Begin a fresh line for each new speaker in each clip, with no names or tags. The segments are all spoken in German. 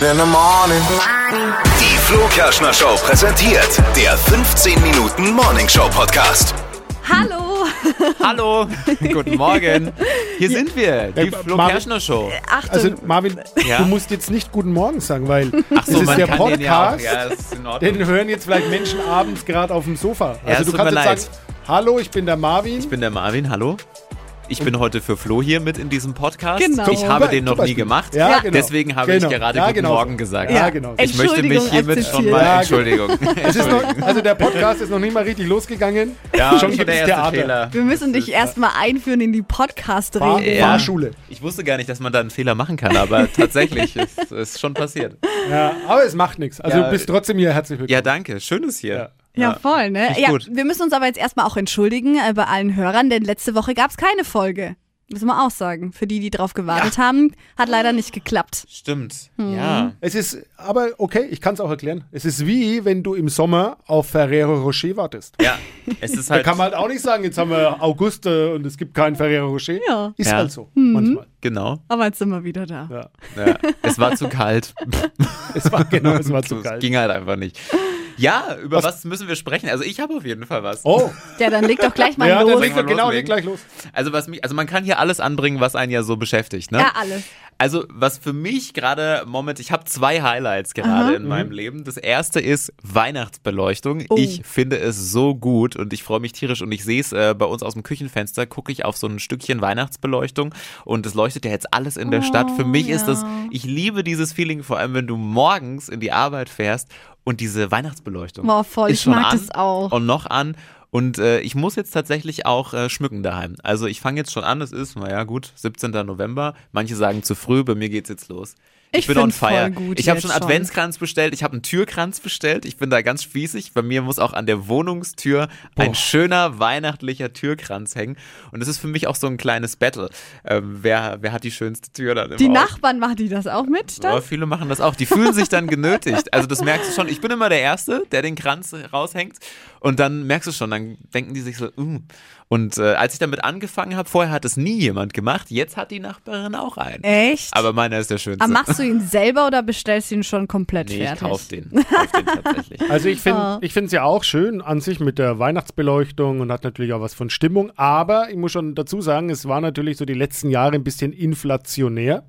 in the morning.
Die Flo Kerschner Show präsentiert der 15 Minuten Morning Show Podcast.
Hallo!
Hallo, guten Morgen. Hier sind wir, die
Ja,
Flo
Marvin-
Kerschner Show.
Achtung,
Also Marvin,
Ja.
du musst jetzt nicht Guten Morgen sagen, weil
Ach so,
es ist
man
der
kann den ja auch-
Podcast,
Ja, das ist in Ordnung.
den hören jetzt vielleicht Menschen abends gerade auf dem Sofa.
Ja, es
also du
tut
kannst
mir
jetzt
leid.
sagen, hallo, ich bin der Marvin.
Ich bin der Marvin, hallo. Ich bin heute für Flo hier mit in diesem Podcast.
Genau.
Ich
Zum
habe
Beispiel-
den noch
zum
nie
Beispiel.
gemacht.
Ja,
Ja.
genau.
Deswegen habe
Genau.
ich gerade
Ja,
Guten
genau.
Morgen gesagt.
Ja, genau.
Ich möchte mich
Entschuldigung
hiermit
akzeptiert.
schon mal
Ja,
Entschuldigung.
Es ist noch, also der Podcast ist noch nicht mal richtig losgegangen.
Ja, schon
gibt's
der erste
Theater.
Fehler.
wir müssen dich erstmal einführen in die
Fahr
Podcast-Regel.
Ja.
Fahrschule.
Ich wusste gar nicht, dass man da einen Fehler machen kann, aber tatsächlich, es es ist schon passiert.
Ja, aber es macht nichts. Also
Ja.
du bist trotzdem hier herzlich willkommen.
Ja, danke. Schönes hier.
Ja, voll, ne?
Ist
Ja,
gut.
wir müssen uns aber jetzt erstmal auch entschuldigen äh, bei allen Hörern, denn letzte Woche gab es keine Folge. Müssen wir auch sagen. Für die, die drauf gewartet haben, hat leider nicht geklappt.
Stimmt.
Hm.
Ja.
Es ist, aber okay, ich kann es auch erklären. Es ist wie, wenn du im Sommer auf Ferrero Rocher wartest.
Ja. Es ist
Da
halt.
kann man halt auch nicht sagen, jetzt haben wir August äh, und es gibt keinen Ferrero Rocher.
Ja.
Ist
Ja.
halt so, manchmal.
Genau.
Aber jetzt sind wir wieder da.
Ja.
Ja. Es war zu kalt.
Es war genau, es war zu
Es
kalt.
ging halt einfach nicht. Ja, über was?
Was-
müssen wir sprechen? Also ich habe auf jeden Fall was.
Oh,
Ja, dann leg doch gleich mal
ja, dann
los.
legen wir
Wollen wir
genau
loslegen?
leg gleich los.
Also was mich, also man kann hier alles anbringen, was einen ja so beschäftigt, ne?
Ja, alles.
Also was für mich gerade moment, ich habe zwei Highlights gerade in meinem
Mhm.
Leben. Das erste ist Weihnachtsbeleuchtung.
Oh.
Ich finde es so gut und ich freue mich tierisch und ich sehe es äh, bei uns aus dem Küchenfenster, gucke ich auf so ein Stückchen Weihnachtsbeleuchtung und es leuchtet ja jetzt alles in der Stadt.
Oh,
Für mich ist das, ich liebe dieses Feeling, vor allem wenn du morgens in die Arbeit fährst und diese Weihnachtsbeleuchtung
Boah, voll,
ist
ich
schon
mag
an
das auch.
und noch an. Und äh, ich muss jetzt tatsächlich auch äh, schmücken daheim. Also ich fange jetzt schon an, es ist, naja gut, 17. November. Manche sagen zu früh, bei mir geht's jetzt los.
Ich
bin on
find's voll
fire.
gut
ich habe
jetzt
schon
schon.
Adventskranz bestellt, ich habe einen Türkranz bestellt. Ich bin da ganz spießig. Bei mir muss auch an der Wohnungstür ein schöner weihnachtlicher Türkranz hängen. Und das ist für mich auch so ein kleines Battle. Ähm, wer, wer hat die schönste Tür dann im
Die
Haus?
Nachbarn machen die das auch mit
Aber
dann?
viele machen das auch. Die fühlen sich dann genötigt. Also das merkst du schon. Ich bin immer der Erste, der den Kranz raushängt. Und dann merkst du schon, dann denken die sich so, mm. Und äh, als ich damit angefangen habe, vorher hat es nie jemand gemacht. Jetzt hat die Nachbarin auch einen.
Echt?
Aber meiner ist der schönste.
Aber machst du ihn selber oder bestellst du ihn schon komplett
nee, ich
fertig?
kauf den. Kauf den tatsächlich.
Also ich
Ah.
finde ich finde es ja auch schön an sich mit der Weihnachtsbeleuchtung und hat natürlich auch was von Stimmung, aber ich muss schon dazu sagen, es war natürlich so die letzten Jahre ein bisschen inflationär.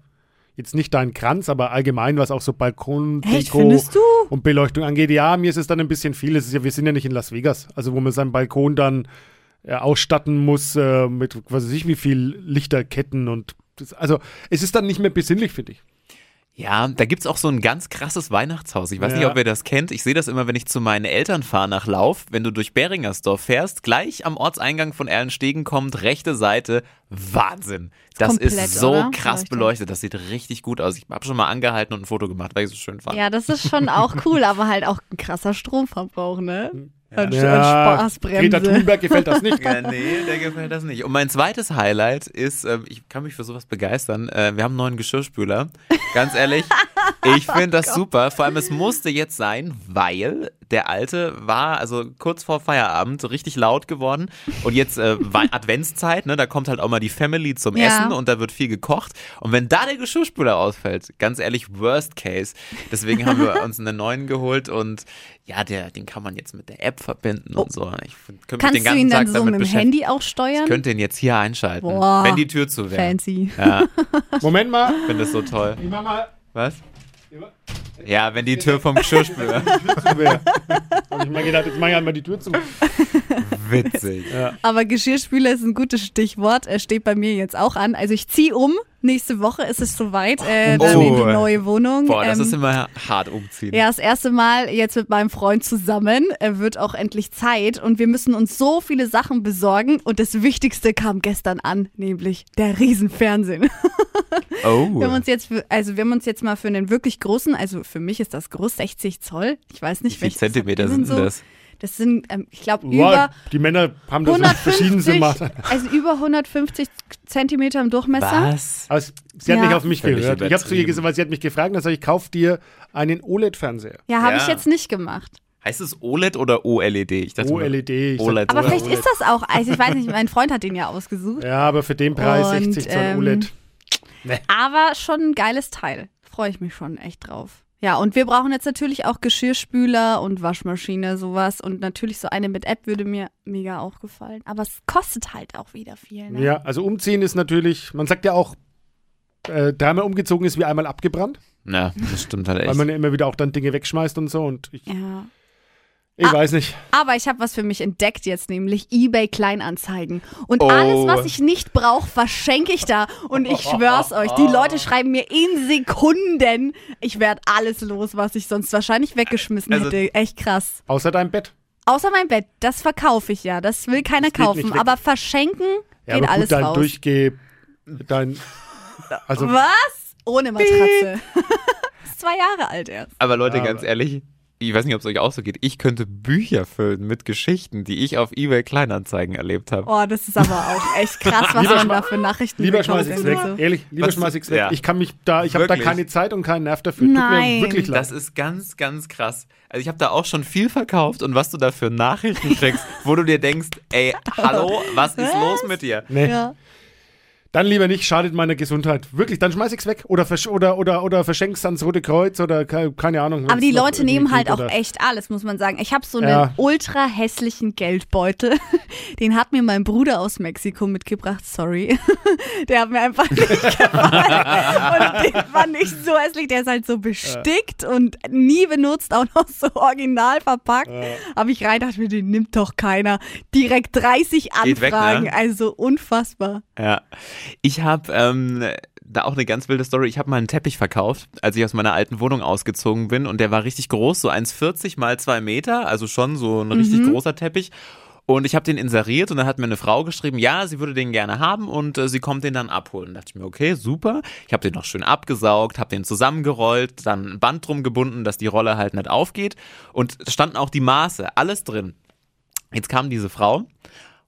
Jetzt nicht dein Kranz, aber allgemein, was auch so Balkon,
Echt,
Deko
findest du?
und Beleuchtung angeht. Ja, mir ist es dann ein bisschen viel. Es ist ja, wir sind ja nicht in Las Vegas, also wo man seinen Balkon dann äh, ausstatten muss äh, mit, was weiß ich, wie viel Lichterketten und das, also es ist dann nicht mehr besinnlich, finde ich.
Ja, da gibt's auch so ein ganz krasses Weihnachtshaus. Ich weiß
Ja.
nicht, ob ihr das kennt. Ich sehe das immer, wenn ich zu meinen Eltern fahre nach Lauf. Wenn du durch Beringersdorf fährst, gleich am Ortseingang von Erlenstegen kommt, rechte Seite. Wahnsinn. Das
Komplett,
ist so
oder?
krass
Beleuchtet.
beleuchtet. Das sieht richtig gut aus. Ich habe schon mal angehalten und ein Foto gemacht, weil ich es so schön fand.
Ja, das ist schon auch cool, aber halt auch ein krasser Stromverbrauch, ne? Ja. Und, und
Greta
Spaßbremse.
Thunberg gefällt das nicht.
Ja, nee, der gefällt das nicht. Und mein zweites Highlight ist, ähm, ich kann mich für sowas begeistern, äh, wir haben einen neuen Geschirrspüler. Ganz ehrlich, ich finde das super. Vor allem, es musste jetzt sein, weil der alte war, also kurz vor Feierabend, richtig laut geworden. Und jetzt äh, war Adventszeit, ne, da kommt halt auch mal die Family zum
Ja.
Essen und da wird viel gekocht. Und wenn da der Geschirrspüler ausfällt, ganz ehrlich, worst case. Deswegen haben wir uns einen neuen geholt und ja, der, den kann man jetzt mit der App verbinden und so. Ich find- könnte
Kannst
mich den
du
ganzen
ihn
Tag
dann so
damit
mit dem
beschäftigen.
Handy auch steuern?
Ich könnte ihn jetzt hier einschalten,
Boah.
wenn die Tür zu wäre.
Fancy.
Ja,
Moment mal,
ich finde das so toll.
ich mach mal.
Was?
Über-
Ja, wenn die Tür vom Geschirrspüler.
wäre. Habe ich mal gedacht, jetzt mache ich einmal die Tür zu.
Witzig.
Aber Geschirrspüler ist ein gutes Stichwort. Er steht bei mir jetzt auch an. Also ich ziehe um. Nächste Woche ist es soweit. Äh, dann in die
Oh.
neue Wohnung.
Boah, das
Ähm,
ist immer hart umziehen.
ja, das erste Mal jetzt mit meinem Freund zusammen. Er wird auch endlich Zeit und wir müssen uns so viele Sachen besorgen. Und das Wichtigste kam gestern an, nämlich der Riesenfernsehen.
Oh.
Wir haben uns jetzt, für, also wir haben uns jetzt mal für einen wirklich großen, also für mich ist das groß, 60 Zoll. Ich weiß nicht,
Wie viel
welches habt ihr
Zentimeter
denn
sind denn das?
Das sind, ähm, ich glaube,
Wow,
über
die Männer haben das in verschiedensten
150,
Maßen.
also über 150 Zentimeter im Durchmesser.
Was?
Aber es- sie hat
Ja.
nicht auf mich
Völlig
gehört. Ich habe zu ihr
übertrieben.
gesagt, weil sie hat mich gefragt, dann sag ich, kauf dir einen E OLED-Fernseher.
Ja, habe
Ja.
ich jetzt nicht gemacht.
Heißt es OLED oder OLED? Ich dachte immer-
OLED. E Ich sag-
OLED.
Aber
oder E
vielleicht
OLED.
ist das auch, also ich weiß nicht, mein Freund hat den ja ausgesucht.
Ja, aber für den Preis
Und,
60 Zoll E
ähm,
OLED.
Aber schon ein geiles Teil. Freue ich mich schon echt drauf. Ja, und wir brauchen jetzt natürlich auch Geschirrspüler und Waschmaschine, sowas. Und natürlich so eine mit App würde mir mega auch gefallen. Aber es kostet halt auch wieder viel. Ne?
Ja, also umziehen ist natürlich, man sagt ja auch, äh, dreimal umgezogen ist wie einmal abgebrannt,
Ja, das stimmt halt
weil
echt.
man ja immer wieder auch dann Dinge wegschmeißt und so. Und ich,
Ja.
ich weiß nicht.
Aber ich habe was für mich entdeckt jetzt, nämlich eBay Kleinanzeigen. Und alles,
Oh.
was ich nicht brauche, verschenke ich da. Und ich schwör's euch, die Leute schreiben mir in Sekunden, ich werde alles los, was ich sonst wahrscheinlich weggeschmissen
Also-
hätte. Echt krass.
Außer deinem Bett.
Außer mein Bett, das verkaufe ich ja. Das will keiner
geht nicht
kaufen.
weg.
Aber verschenken geht
Ja, aber gut,
alles
dein
raus.
Durchge... Dein... Also,
Was? Ohne Matratze. ist zwei Jahre alt erst.
Aber Leute,
Ja,
ganz
aber-
ehrlich, ich weiß nicht, ob es euch auch so geht. Ich könnte Bücher füllen mit Geschichten, die ich auf eBay Kleinanzeigen erlebt habe.
Oh, das ist aber auch echt krass, was man da für Nachrichten
Lieber
bekommt Also
schmeiß ich's
und
weg.
so.
Ehrlich, lieber
Was-
schmeiß ich's weg.
ja.
Ich kann mich da, ich habe da
Wirklich.
keine Zeit und keinen Nerv dafür. Tut
Nein.
mir wirklich leid.
Das ist ganz, ganz krass. Also ich habe da auch schon viel verkauft und was du da für Nachrichten kriegst, wo du dir denkst, ey, hallo, was ist los mit dir?
nee.
Ja.
Dann lieber nicht, schadet meiner Gesundheit. Wirklich, dann schmeiß ich's weg. Oder, versch oder, oder, oder verschenk's ans Rote Kreuz oder ke- keine Ahnung. wenn's
Aber die
noch
Leute
irgendwie
nehmen halt
geht
auch
oder-
echt alles, muss man sagen. Ich habe so einen
Ja.
ultra hässlichen Geldbeutel. Den hat mir mein Bruder aus Mexiko mitgebracht, sorry. Der hat mir einfach nicht gefallen. Und den fand ich so hässlich. Der ist halt so bestickt und nie benutzt, auch noch so original verpackt. Habe ich rein, dachte mir, den nimmt doch keiner. Direkt 30
Geht weg, ne?
Anfragen, also unfassbar.
Ja. Ich habe ähm, da auch eine ganz wilde Story. Ich habe mal einen Teppich verkauft, als ich aus meiner alten Wohnung ausgezogen bin. Und der war richtig groß, so 1,40 mal 2 Meter. Also schon so ein richtig großer Teppich. Und ich habe den inseriert und dann hat mir eine Frau geschrieben, ja, sie würde den gerne haben und äh, sie kommt den dann abholen. Da dachte ich mir, okay, super. Ich habe den noch schön abgesaugt, habe den zusammengerollt, dann ein Band drum gebunden, dass die Rolle halt nicht aufgeht. Und es standen auch die Maße, alles drin. Jetzt kam diese Frau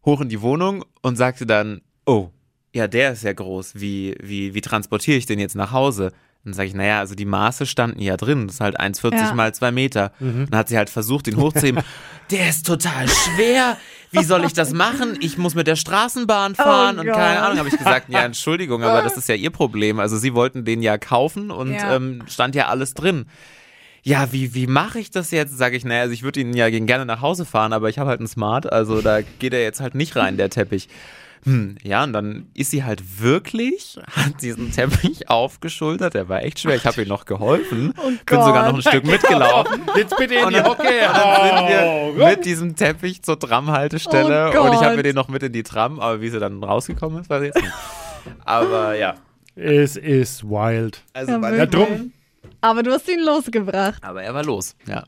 hoch in die Wohnung und sagte dann, oh, ja, der ist ja groß, wie, wie, wie transportiere ich den jetzt nach Hause? Dann sage ich, naja, also die Maße standen ja drin, das ist halt 1,40
Ja.
mal 2 Meter. Dann hat sie halt versucht, den hochzuheben. der ist total schwer, wie soll ich das machen? Ich muss mit der Straßenbahn fahren und keine
Gott.
Ahnung. Habe ich gesagt, ja, Entschuldigung, aber das ist ja ihr Problem. Also sie wollten den ja kaufen und
Ja.
ähm, stand ja alles drin ja, wie, wie mache ich das jetzt? Sage ich, naja, also ich würde ihn ja gerne nach Hause fahren, aber ich habe halt einen Smart, also da geht er jetzt halt nicht rein, der Teppich. Hm, ja, und dann ist sie halt wirklich, hat diesen Teppich aufgeschultert, der war echt schwer, ich habe ihr noch geholfen, bin sogar noch ein Stück mitgelaufen.
Jetzt bitte in
Und
die
dann,
Hocke.
und dann sind
Oh,
wir
Gott.
mit diesem Teppich zur Tramhaltestelle
Oh
und ich habe mir
Gott.
den noch mit in die Tram, aber wie sie dann rausgekommen ist, weiß ich jetzt nicht. Aber ja,
Es ist wild.
also
Ja,
war
Ja,
wirklich.
drum.
Aber du hast ihn losgebracht.
aber er war los, ja.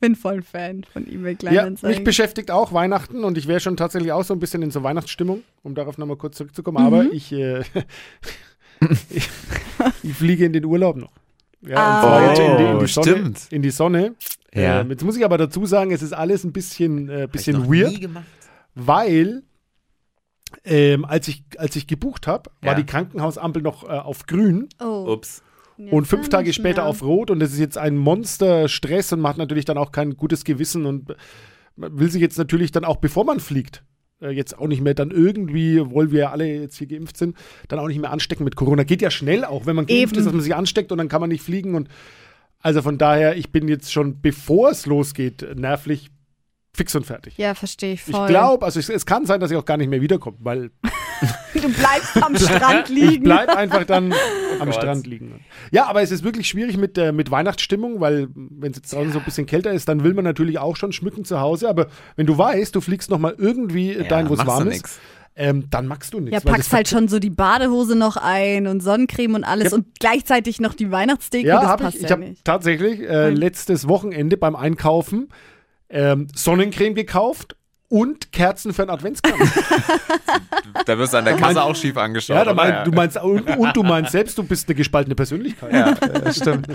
Bin voll Fan von eBay
Ja,
Kleinanzeigen.
mich beschäftigt auch Weihnachten und ich wäre schon tatsächlich auch so ein bisschen in so Weihnachtsstimmung, um darauf nochmal kurz zurückzukommen. Aber ich, äh, ich, ich fliege in den Urlaub noch. Ja, und zwar
Ah.
jetzt in die, in
Oh,
die Sonne.
stimmt.
In die Sonne.
Ja.
Ähm, jetzt muss ich aber dazu sagen, es ist alles ein bisschen, äh,
Hab ich
bisschen
noch nie
weird,
gemacht.
weil ähm, als, ich, als ich gebucht habe, war
Ja.
die Krankenhausampel noch äh, auf grün
oh.
Ups.
und
ne?
fünf Tage später auf Rot und das ist jetzt ein Monsterstress und macht natürlich dann auch kein gutes Gewissen und man will sich jetzt natürlich dann auch, bevor man fliegt, äh, jetzt auch nicht mehr dann irgendwie, obwohl wir alle jetzt hier geimpft sind, dann auch nicht mehr anstecken mit Corona. Geht ja schnell auch, wenn man geimpft
Eben.
ist, dass man sich ansteckt und dann kann man nicht fliegen und also von daher, ich bin jetzt schon, bevor es losgeht, nervlich fix und fertig.
Ja, verstehe ich voll.
Ich glaube, also es, es kann sein, dass ich auch gar nicht mehr wiederkomme, weil
Du bleibst am Strand
ich
liegen.
bleib einfach dann am
Oh Gott.
Strand liegen. Ja, aber es ist wirklich schwierig mit, äh, mit Weihnachtsstimmung, weil wenn es jetzt draußen so ein bisschen kälter ist, dann will man natürlich auch schon schmücken zu Hause. Aber wenn du weißt, du fliegst nochmal irgendwie äh,
Ja,
dahin, wo es
machst du
warm ist,
nix.
ähm, dann magst du
ja,
nichts. weil
packst
das-
halt schon so die Badehose noch ein und Sonnencreme und alles
Ja.
und gleichzeitig noch die Weihnachtsdeko.
Ja,
das
habe
passt
ich. Ich
ja
habe
nicht.
tatsächlich äh, letztes Wochenende beim Einkaufen ähm, Sonnencreme gekauft und Kerzen für einen Adventskranz.
Da wirst du an der Kasse auch schief angeschaut.
ja, da
oder?
mein, du meinst, und, und du meinst selbst, du bist eine gespaltene Persönlichkeit.
Ja, das stimmt.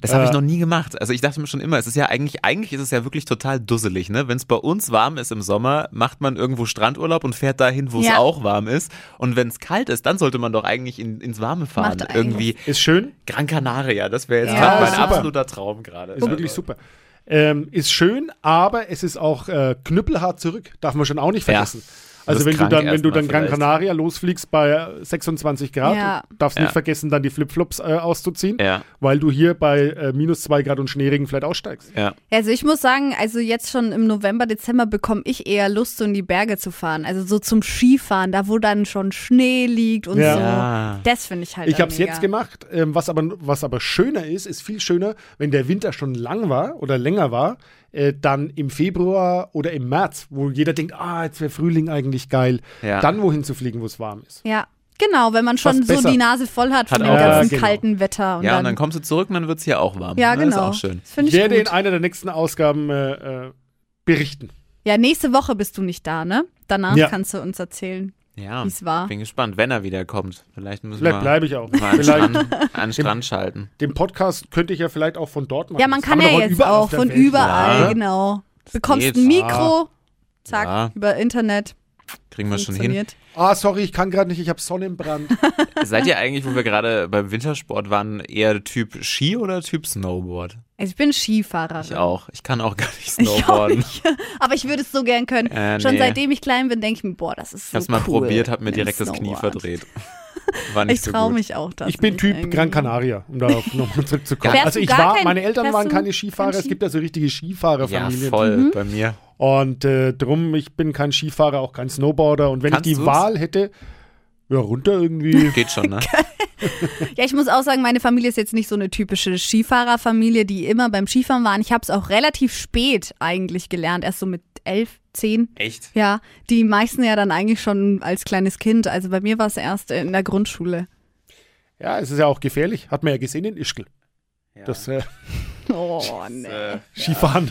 Das
Äh.
habe ich noch nie gemacht. Also ich dachte mir schon immer, es ist ja eigentlich, eigentlich ist es ja wirklich total dusselig, ne? Wenn es bei uns warm ist im Sommer, macht man irgendwo Strandurlaub und fährt dahin, wo es
Ja.
auch warm ist. Und wenn es kalt ist, dann sollte man doch eigentlich in, ins Warme fahren.
Macht eigentlich.
Irgendwie
Ist schön,
Gran Canaria, das wäre jetzt
Ja,
gerade mein
super.
absoluter Traum gerade.
Ist wirklich super. Ähm, ist schön, aber es ist auch äh, knüppelhart zurück. Darf man schon auch nicht
Ja.
vergessen. Also
wirst
wenn du
krank
dann, wenn du
erstmal
dann Gran
vielleicht.
Canaria losfliegst bei 26 Grad,
Ja.
darfst
Ja.
nicht vergessen, dann die Flipflops äh, auszuziehen,
Ja.
weil du hier bei äh, minus 2 Grad und Schneeregen vielleicht aussteigst.
Ja.
Also ich muss sagen, also jetzt schon im November, Dezember bekomme ich eher Lust, so in die Berge zu fahren. Also so zum Skifahren, da wo dann schon Schnee liegt und
Ja.
so.
Ja.
Das finde ich halt
Ich
dann
habe es
mega.
jetzt gemacht. Ähm, was, aber, was aber schöner ist, ist viel schöner, wenn der Winter schon lang war oder länger war, äh, dann im Februar oder im März, wo jeder denkt, ah, jetzt wäre Frühling eigentlich geil,
Ja.
dann wohin zu fliegen, wo es warm ist.
Ja, genau, wenn man schon
Fast
so
besser.
die Nase voll hat von
Hat
dem
auch
ganzen
was. Ja, genau.
kalten Wetter. Und
Ja, und
dann,
dann kommst du zurück und dann wird es hier auch warm.
ja
ne?
genau.
Das ist auch schön.
Das finde
Ich
ich
werde in
gut.
einer der nächsten Ausgaben äh, äh, berichten.
Ja, nächste Woche bist du nicht da, ne? Danach
Ja.
kannst du uns erzählen,
Ja.
wie es war.
Bin gespannt, wenn er wieder kommt. Vielleicht müssen
Vielleicht
wir
bleibe ich auch.
mal an den
Vielleicht
Strand, an den Strand schalten.
den Podcast könnte ich ja vielleicht auch von dort machen.
Ja, man
Das
kann
haben wir
ja
doch
jetzt
überall
auch
auf der
von
Welt.
überall,
Ja.
genau. Bekommst
geht.
ein Mikro, zack,
Ja.
über Internet.
Kriegen wir schon hin.
Funktioniert.
Ah, sorry, ich kann gerade nicht, ich habe Sonnenbrand.
Seid ihr eigentlich, wo wir gerade beim Wintersport waren, eher Typ Ski oder Typ Snowboard?
Also ich bin Skifahrerin.
Ich auch. Ich kann auch gar nicht
Ich auch
snowboarden.
nicht. Aber ich würde es so gern können.
Äh,
Schon
nee.
seitdem ich klein bin, denke ich mir, boah, das ist
Ich
so
hab's mal
cool.
probiert, hab mir
mit dem
direkt das Knie
Snowboard.
verdreht. War nicht
Ich
so
traue
gut.
mich auch das.
Ich bin
nicht
Typ
irgendwie.
Gran Canaria, um darauf nochmal zurückzukommen.
Fährst
also
du
ich
gar
war,
kein-
meine Eltern
fährst
waren
du
keine
kein
Skifahrer, es
Ski?
gibt ja so richtige
Ja,
Skifahrerfamilien.
voll
Mhm.
bei mir.
Und äh, drum, ich bin kein Skifahrer, auch kein Snowboarder. Und wenn
Kannst
ich die
du's?
Wahl hätte, ja, runter irgendwie.
Geht schon, ne?
Ja, ich muss auch sagen, meine Familie ist jetzt nicht so eine typische Skifahrerfamilie, die immer beim Skifahren waren. Ich habe es auch relativ spät eigentlich gelernt, erst so mit elf, zehn.
Echt?
Ja, die meisten ja dann eigentlich schon als kleines Kind. Also bei mir war es erst in der Grundschule.
Ja, es ist ja auch gefährlich. Hat man ja gesehen in Ischgl.
Ja.
Das äh,
Oh, nee.
Äh,
Skifahren.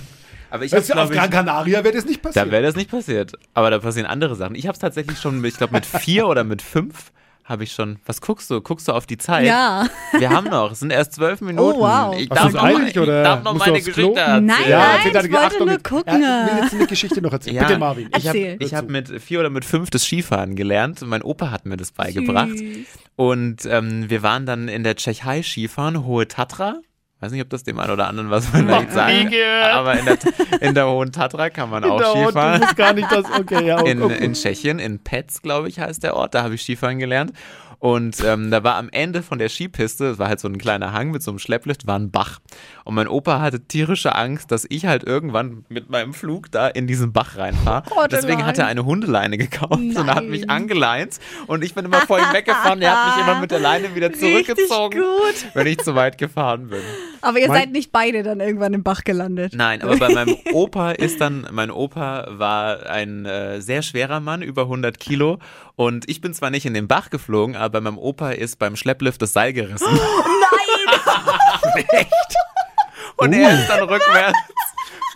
aber ich
Das ist
hab's,
ja auf
glaub ich,
Gran Canaria wäre das nicht passiert.
da wäre das nicht passiert. Aber da passieren andere Sachen. Ich hab's tatsächlich schon, ich glaube mit vier oder mit fünf habe ich schon. Was guckst du? Guckst du auf die Zeit?
Ja. Oh,
Wir haben noch. Es sind erst zwölf Minuten.
wow.
Ich
Hast
darf
du's
noch, mal-
eilig,
ich
oder
darf noch
musst du
meine
aufs Klo?
Geschichte erzählen.
Nein,
ja,
nein,
erzähl deine
ich wollte
Achtung,
nur
jetzt-
gucken.
Ja, ich will jetzt eine Geschichte noch erzählen.
Ja,
Bitte, Marvin.
Ich habe
Erzähl.
ich
Hör
hab
zu.
mit vier oder mit fünf das Skifahren gelernt. Mein Opa hat mir das beigebracht. Und ähm, wir waren dann in der Tschechei Skifahren, Hohe Tatra. Weiß nicht, ob das dem einen oder anderen was vielleicht sagt. Aber in der, in der Hohen Tatra kann man auch
Da unten,
Skifahren.
das ist gar nicht das. Okay, ja,
Genau.
In,
okay.
in Tschechien, in Petz, glaube ich, heißt der Ort. Da habe ich Skifahren gelernt. Und ähm, da war am Ende von der Skipiste, es war halt so ein kleiner Hang mit so einem Schlepplift, war ein Bach. Und mein Opa hatte tierische Angst, dass ich halt irgendwann mit meinem Flug da in diesen Bach reinfahre.
Oh Gott,
Deswegen
allein.
hat er eine Hundeleine gekauft und hat mich angeleint. Und ich bin immer vor ihm weggefahren. Er hat mich immer mit der Leine wieder zurückgezogen,
Richtig
wenn ich zu weit gefahren bin.
Aber ihr
Mein-
seid nicht beide dann irgendwann im Bach gelandet.
Nein, aber bei meinem Opa ist dann, mein Opa war ein äh, sehr schwerer Mann, über 100 Kilo. Und ich bin zwar nicht in den Bach geflogen, aber bei meinem Opa ist beim Schlepplift das Seil gerissen. Nein! Echt? Und
Uh.
er ist dann rückwärts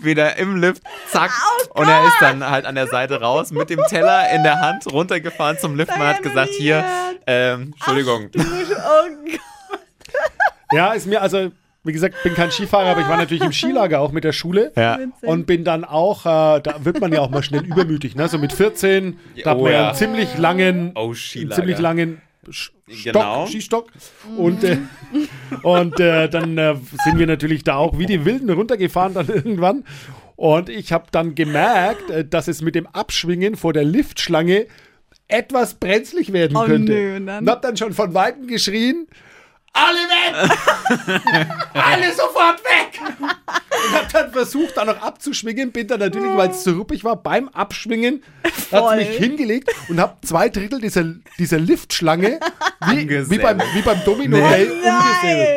wieder im Lift, zack. und er ist dann halt an der Seite raus mit dem Teller in der Hand runtergefahren zum Lift. Man hat gesagt, hier, ähm, Entschuldigung,
Oh
Ja, ist mir, also, wie gesagt, bin kein Skifahrer, aber ich war natürlich im Skilager auch mit der Schule.
Ja.
Und bin dann auch, äh, da wird man ja auch mal schnell übermütig, ne? So mit 14, da hat
Oh,
man ja
ja.
einen ziemlich langen,
Oh,
einen
Skilager.
ziemlich langen Sch- Stock,
Genau.
Skistock. Und, äh, und äh, dann äh, sind wir natürlich da auch wie die Wilden runtergefahren dann irgendwann. Und ich habe dann gemerkt, äh, dass es mit dem Abschwingen vor der Liftschlange etwas brenzlig werden
Oh,
könnte.
nö, und dann?
Und hab dann schon von Weitem geschrien, alle weg! alle sofort weg! Und hab dann versucht, da noch abzuschwingen, bin dann natürlich, weil es zu ruppig war, beim Abschwingen hat
Voll.
mich hingelegt und hab zwei Drittel dieser, dieser Liftschlange wie, wie
Angesäbelt.
beim, wie beim Domino Day umgesäbelt.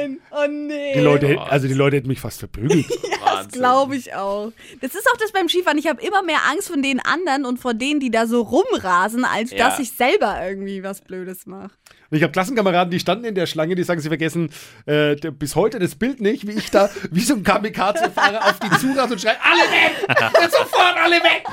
Nein! Oh nee!
Die Leute, hätten- also die Leute hätten mich fast verprügelt.
Das glaube ich auch. Das ist auch das beim Skifahren. Ich habe immer mehr Angst von den anderen und vor denen, die da so rumrasen, als
Ja.
dass ich selber irgendwie was Blödes mache.
Und ich habe Klassenkameraden, die standen in der Schlange, die sagen, sie vergessen äh, d- bis heute das Bild nicht, wie ich da wie so ein Kamikaze-Fahrer auf die zurase und schreie, alle weg! Jetzt sofort alle weg!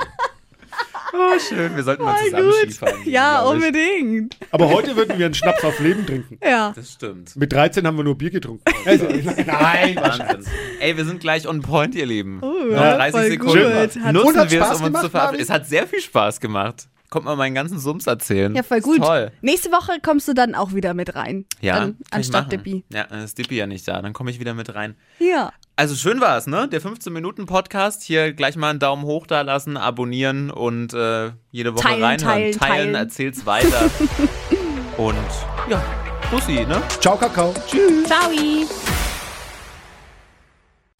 Oh, schön, wir sollten mal zusammen Skifahren. gehen,
Ja,
glaub ich.
unbedingt.
Aber heute würden wir einen Schnaps auf Leben trinken.
Ja.
Das stimmt.
Mit 13 haben wir nur Bier getrunken. Also, nein, war Scherz.
Wahnsinn. Ey, wir sind gleich on point, ihr Lieben. Noch
Oh, ja,
30
voll
Sekunden.
gut. Hat-
Und
Nutzen
hat
wir
Spaß
es, um uns zu
gemacht,
verabschieden.
Marvin?
Es hat sehr viel Spaß gemacht. Kommt mal meinen ganzen Sums erzählen.
Ja, voll
Ist
gut.
Toll.
Nächste Woche kommst du dann auch wieder mit rein.
Ja,
Dann,
kann ich
anstatt
machen.
Dippi.
Ja, dann ist Dippi ja nicht da. Dann komme ich wieder mit rein.
Ja.
Also schön war es, ne? Der 15-Minuten-Podcast. Hier gleich mal einen Daumen hoch da lassen, abonnieren und äh, jede Woche
Teilen,
reinhören.
teilen, teilen.
erzähl's weiter. und ja, Pussy, ne?
Ciao, Kakao.
Ciao.